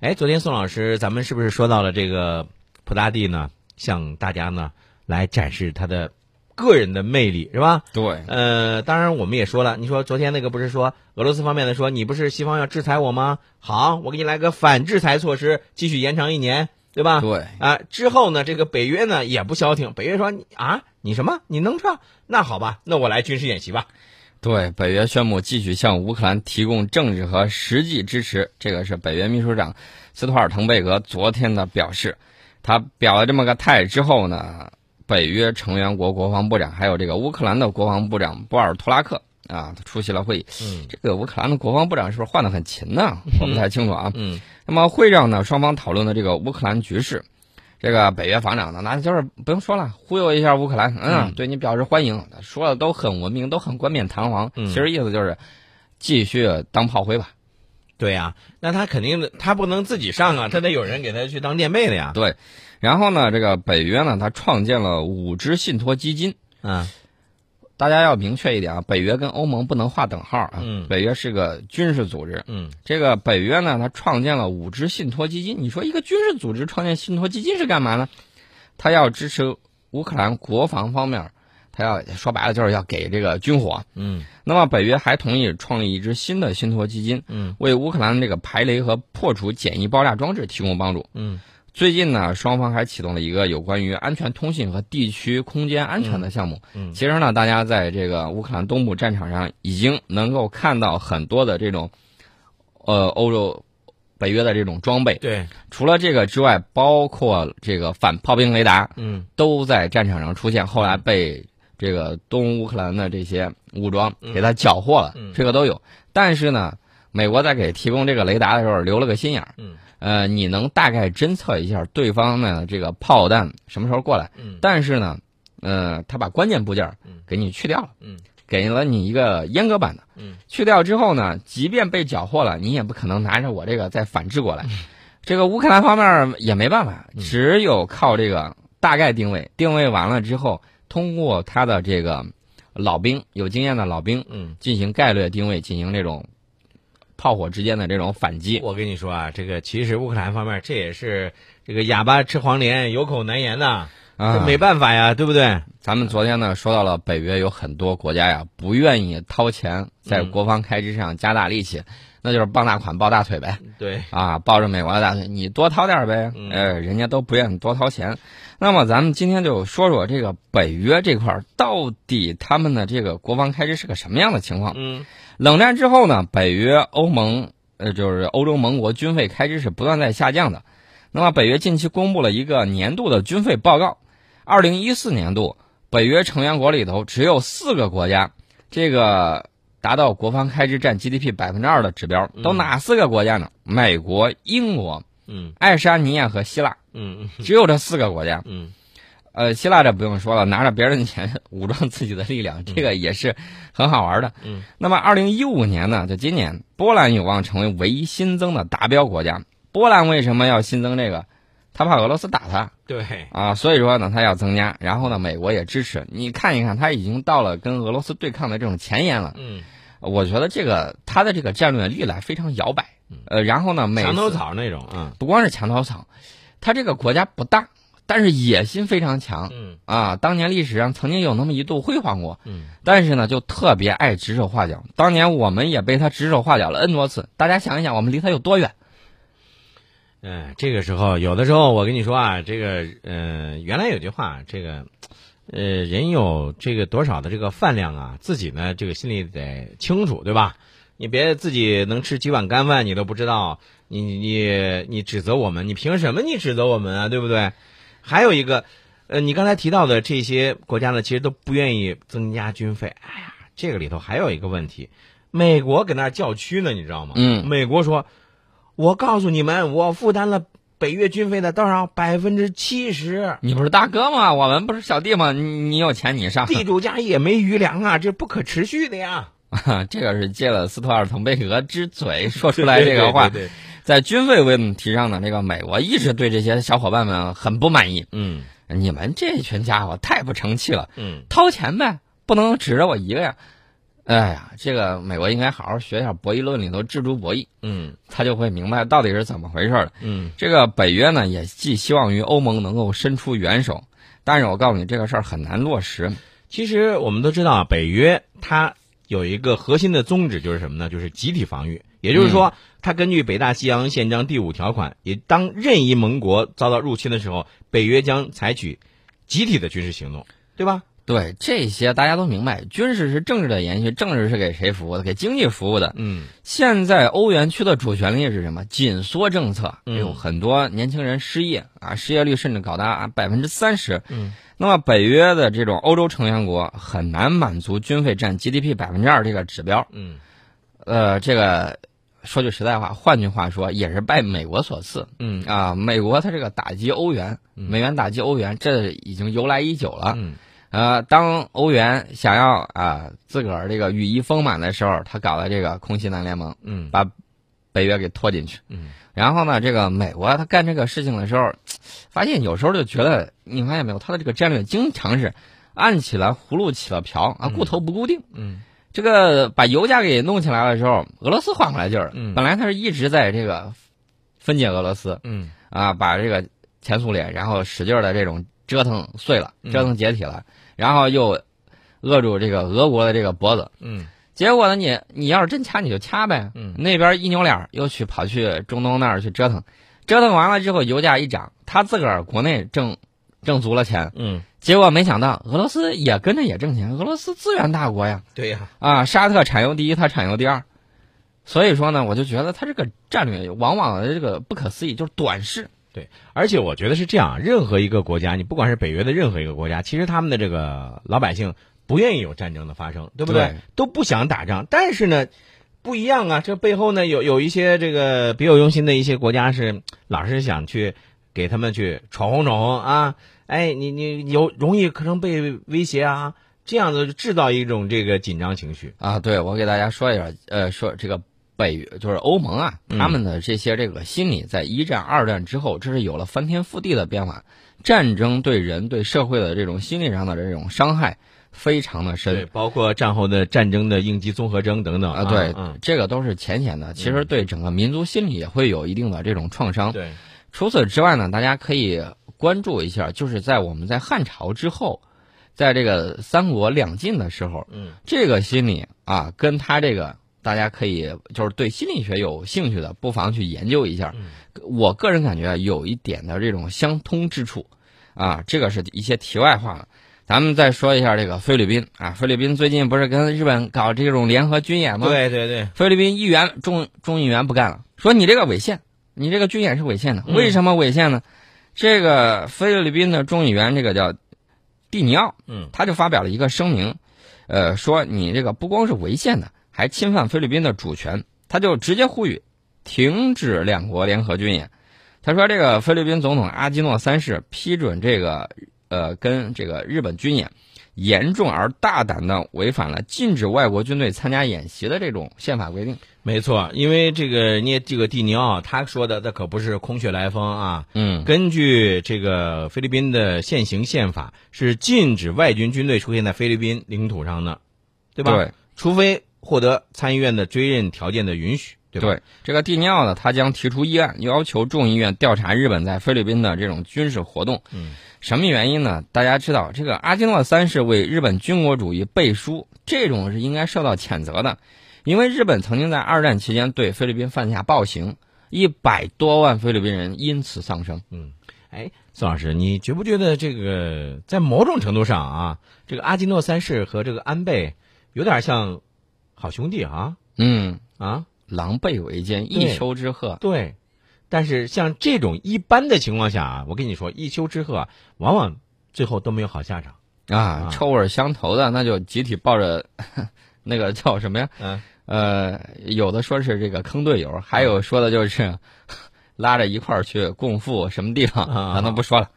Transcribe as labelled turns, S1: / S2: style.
S1: 哎，昨天宋老师，咱们是不是说到了这个普大帝呢？向大家呢来展示他的个人的魅力，是吧？
S2: 对，
S1: 呃，当然我们也说了，你说昨天那个不是说俄罗斯方面的说你不是西方要制裁我吗？好，我给你来个反制裁措施，继续延长一年，对吧？
S2: 对，
S1: 啊，之后呢，这个北约呢也不消停，北约说你啊，你什么？你能撤？那好吧，那我来军事演习吧。
S2: 对，北约宣布继续向乌克兰提供政治和实际支持，这个是北约秘书长斯托尔滕贝格昨天的表示。他表了这么个态之后呢，北约成员国国防部长还有这个乌克兰的国防部长波尔托拉克啊出席了会议。
S1: 嗯
S2: 这个乌克兰的国防部长是不是换的很勤呢？我不太清楚啊。
S1: 嗯
S2: 那么会上呢，双方讨论的这个乌克兰局势，这个北约防长呢，那就是不用说了，忽悠一下乌克兰，嗯，对你表示欢迎，说的都很文明，都很冠冕堂皇，
S1: 嗯
S2: 其实意思就是继续当炮灰吧。
S1: 对呀、那他肯定的，他不能自己上啊，他得有人给他去当垫背的呀。
S2: 对，然后呢，这个北约呢，它创建了五支信托基金。
S1: 嗯
S2: 大家要明确一点啊，北约跟欧盟不能划等号啊。
S1: 嗯
S2: 北约是个军事组织，
S1: 嗯，
S2: 这个北约呢，它创建了五支信托基金。你说一个军事组织创建信托基金是干嘛呢？它要支持乌克兰国防方面，它要说白了就是要给这个军火。
S1: 嗯
S2: 那么，北约还同意创立一支新的信托基金，
S1: 嗯，
S2: 为乌克兰这个排雷和破除简易爆炸装置提供帮助。
S1: 嗯，
S2: 最近呢，双方还启动了一个有关于安全通信和地区空间安全的项目。
S1: 嗯嗯
S2: 其实呢，大家在这个乌克兰东部战场上已经能够看到很多的这种，呃，欧洲、北约的这种装备。
S1: 对，
S2: 除了这个之外，包括这个反炮兵雷达
S1: 嗯
S2: 都在战场上出现，后来被这个东乌克兰的这些武装给它缴获了，
S1: 嗯
S2: 这个都有。但是呢，美国在给提供这个雷达的时候留了个心眼儿。
S1: 嗯
S2: 呃，你能大概侦测一下对方呢这个炮弹什么时候过来，
S1: 嗯
S2: 但是呢，呃，他把关键部件儿
S1: 嗯
S2: 给你去掉了，
S1: 嗯
S2: 给了你一个阉割版的。
S1: 嗯
S2: 去掉之后呢，即便被缴获了，你也不可能拿着我这个再反制过来。
S1: 嗯
S2: 这个乌克兰方面也没办法，只有靠这个大概定位，定位完了之后，通过他的这个老兵有经验的老兵
S1: 嗯。
S2: 进行概率定位，进行这种炮火之间的这种反击。
S1: 我跟你说啊，这个其实乌克兰方面这也是这个哑巴吃黄连，有口难言呐，
S2: 啊，
S1: 这没办法呀，对不对？
S2: 咱们昨天呢说到了北约有很多国家呀不愿意掏钱在国防开支上加大力气，那就是傍大款抱大腿呗
S1: 对，
S2: 啊，抱着美国的大腿，你多掏点儿呗，
S1: 嗯
S2: 呃，人家都不愿意多掏钱。那么咱们今天就说说这个北约这块儿到底他们的这个国防开支是个什么样的情况？
S1: 嗯
S2: 冷战之后呢，北约、欧盟，呃，就是欧洲盟国军费开支是不断在下降的。那么，北约近期公布了一个年度的军费报告，二零一四年度，北约成员国里头只有四个国家，这个达到国防开支占 GDP 百分之二的指标，都哪四个国家呢？美国、英国、
S1: 嗯
S2: 爱沙尼亚和希腊，
S1: 嗯
S2: 只有这四个国家。
S1: 嗯
S2: 呃，希腊这不用说了，拿着别人的钱武装自己的力量，这个也是很好玩的。
S1: 嗯，
S2: 那么二零一五年呢，就今年，波兰有望成为唯一新增的达标国家。波兰为什么要新增这个？他怕俄罗斯打他
S1: 对，
S2: 啊，所以说呢，他要增加。然后呢，美国也支持。你看一看，他已经到了跟俄罗斯对抗的这种前沿了。
S1: 嗯，
S2: 我觉得这个他的这个战略历来非常摇摆。呃，然后呢，每
S1: 嗯墙头
S2: 次
S1: 草那种啊，
S2: 不光是墙头草，他这个国家不大，但是野心非常强。
S1: 嗯
S2: 啊，当年历史上曾经有那么一度辉煌过，
S1: 嗯
S2: 但是呢，就特别爱指手画脚。当年我们也被他指手画脚了 n 多次。大家想一想，我们离他有多远？
S1: 嗯，哎这个时候有的时候我跟你说啊，这个呃，原来有句话，这个呃，人有这个多少的这个饭量啊，自己呢这个心里得清楚，对吧？你别自己能吃几碗干饭你都不知道，你你你你指责我们，你凭什么你指责我们啊？对不对？还有一个，呃，你刚才提到的这些国家呢，其实都不愿意增加军费。哎呀，这个里头还有一个问题，美国搁那儿叫屈呢，你知道吗？
S2: 嗯
S1: 美国说，我告诉你们，我负担了北约军费的多少百分之七十，
S2: 你不是大哥吗？我们不是小弟吗？你你有钱你上。
S1: 地主家也没余粮啊， 这不可持续的呀。
S2: 这个是借了斯托尔滕贝格 之嘴说出来这个话。
S1: 对对对对
S2: 在军费问题上呢，这个美国一直对这些小伙伴们很不满意。
S1: 嗯
S2: 你们这群家伙太不成器了，
S1: 嗯
S2: 掏钱呗，不能指着我一个呀。哎呀，这个美国应该好好学一下博弈论里头制度博弈，
S1: 嗯
S2: 他就会明白到底是怎么回事儿了。
S1: 嗯
S2: 这个北约呢，也寄希望于欧盟能够伸出援手，但是我告诉你，这个事儿很难落实。
S1: 其实我们都知道，啊，北约它有一个核心的宗旨就是什么呢？就是集体防御。也就是说，它根据北大西洋宪章第五条款，也当任意盟国遭到入侵的时候，北约将采取集体的军事行动，对吧？
S2: 对这些大家都明白，军事是政治的延续，政治是给谁服务的？给经济服务的。
S1: 嗯
S2: 现在欧元区的主旋律是什么？紧缩政策，
S1: 嗯
S2: 有很多年轻人失业啊，失业率甚至高达啊百分之三十。
S1: 嗯，
S2: 那么北约的这种欧洲成员国很难满足军费占 GDP 百分之二这个指标。
S1: 嗯
S2: 呃，这个说句实在话，换句话说，也是拜美国所赐
S1: 嗯
S2: 啊。美国它这个打击欧元，
S1: 嗯
S2: 美元打击欧元，这已经由来已久了。
S1: 嗯
S2: 呃，当欧元想要啊、自个儿这个羽翼丰满的时候，他搞了这个空西南联盟，
S1: 嗯
S2: 把北约给拖进去。
S1: 嗯
S2: 然后呢，这个美国他干这个事情的时候，发现有时候就觉得，你发现没有，他的这个战略经常是按起来葫芦起了瓢啊，
S1: 嗯
S2: 顾头不顾腚。
S1: 嗯
S2: 这个把油价给弄起来的时候，俄罗斯缓过来劲儿了。
S1: 嗯
S2: 本来他是一直在这个分解俄罗斯
S1: 嗯
S2: 啊，把这个前苏联，然后使劲的这种折腾碎了，
S1: 嗯
S2: 折腾解体了，然后又扼住这个俄国的这个脖子。
S1: 嗯
S2: 结果呢，你你要是真掐，你就掐呗。
S1: 嗯
S2: 那边一扭脸儿又去跑去中东那儿去折腾，折腾完了之后，油价一涨，他自个儿国内挣挣足了钱，
S1: 嗯，
S2: 结果没想到俄罗斯也跟着也挣钱，俄罗斯资源大国呀，
S1: 对呀，
S2: 啊，沙特产油第一，它产油第二，所以说呢，我就觉得他这个战略往往的这个不可思议，就是短视。
S1: 而且我觉得是这样，任何一个国家，你不管是北约的任何一个国家，其实他们的这个老百姓不愿意有战争的发生，对不对？
S2: 对
S1: 都不想打仗，但是呢，不一样啊，这背后呢有有一些这个别有用心的一些国家是老是想去给他们去闯红闯红啊，哎，你你有容易可能被威胁啊，这样子制造一种这个紧张情绪。
S2: 啊，对，我给大家说一下，呃，说这个北约就是欧盟啊，
S1: 嗯
S2: 他们的这些这个心理在一战、二战之后，这是有了翻天覆地的变化。战争对人、对社会的这种心理上的这种伤害非常的
S1: 对，
S2: 深
S1: 包括战后的战争的应激综合征等等
S2: 啊，对
S1: 嗯，，
S2: 这个都是浅显的，其实对整个民族心理也会有一定的这种创伤。
S1: 对，
S2: 除此之外呢，大家可以关注一下，就是在我们在汉朝之后，在这个三国两晋的时候，
S1: 嗯
S2: 这个心理啊，跟他这个大家可以就是对心理学有兴趣的，不妨去研究一下。
S1: 嗯
S2: 我个人感觉啊有一点的这种相通之处，啊，这个是一些题外话了。咱们再说一下这个菲律宾啊，菲律宾最近不是跟日本搞这种联合军演吗？
S1: 对对对，
S2: 菲律宾议员众众议员不干了，说你这个违宪，你这个军演是违宪的。
S1: 嗯
S2: 为什么违宪呢？这个菲律宾的众议员，这个叫蒂尼奥，
S1: 嗯
S2: 他就发表了一个声明，呃，说你这个不光是违宪的，还侵犯菲律宾的主权。他就直接呼吁停止两国联合军演。他说，这个菲律宾总统阿基诺三世批准这个呃跟这个日本军演，严重而大胆的违反了禁止外国军队参加演习的这种宪法规定。
S1: 没错，因为这个人家这个蒂尼奥他说的那可不是空穴来风啊。
S2: 嗯，
S1: 根据这个菲律宾的现行宪法，是禁止外军军队出现在菲律宾领土上的，对吧？
S2: 对
S1: 除非获得参议院的追认条件的允许，对吧？
S2: 对，这个蒂尼奥呢，他将提出议案，要求众议院调查日本在菲律宾的这种军事活动。
S1: 嗯，
S2: 什么原因呢？大家知道，这个阿基诺三世为日本军国主义背书，这种是应该受到谴责的，因为日本曾经在二战期间对菲律宾犯下暴行，一百多万菲律宾人因此丧生。
S1: 哎，宋老师，你觉不觉得这个在某种程度上啊，这个阿基诺三世和这个安倍有点像好兄弟啊
S2: 嗯，
S1: 啊？
S2: 狼狈为奸，
S1: 对
S2: 一丘之貉。
S1: 对，但是像这种一般的情况下啊，我跟你说，一丘之貉啊往往最后都没有好下场。
S2: 啊，臭味相投的，那就集体抱着 那个叫什么呀？
S1: 嗯
S2: 呃，有的说是这个坑队 友，还有说的就是拉着一块儿去共赴什么地方，
S1: 啊
S2: 咱都不说了。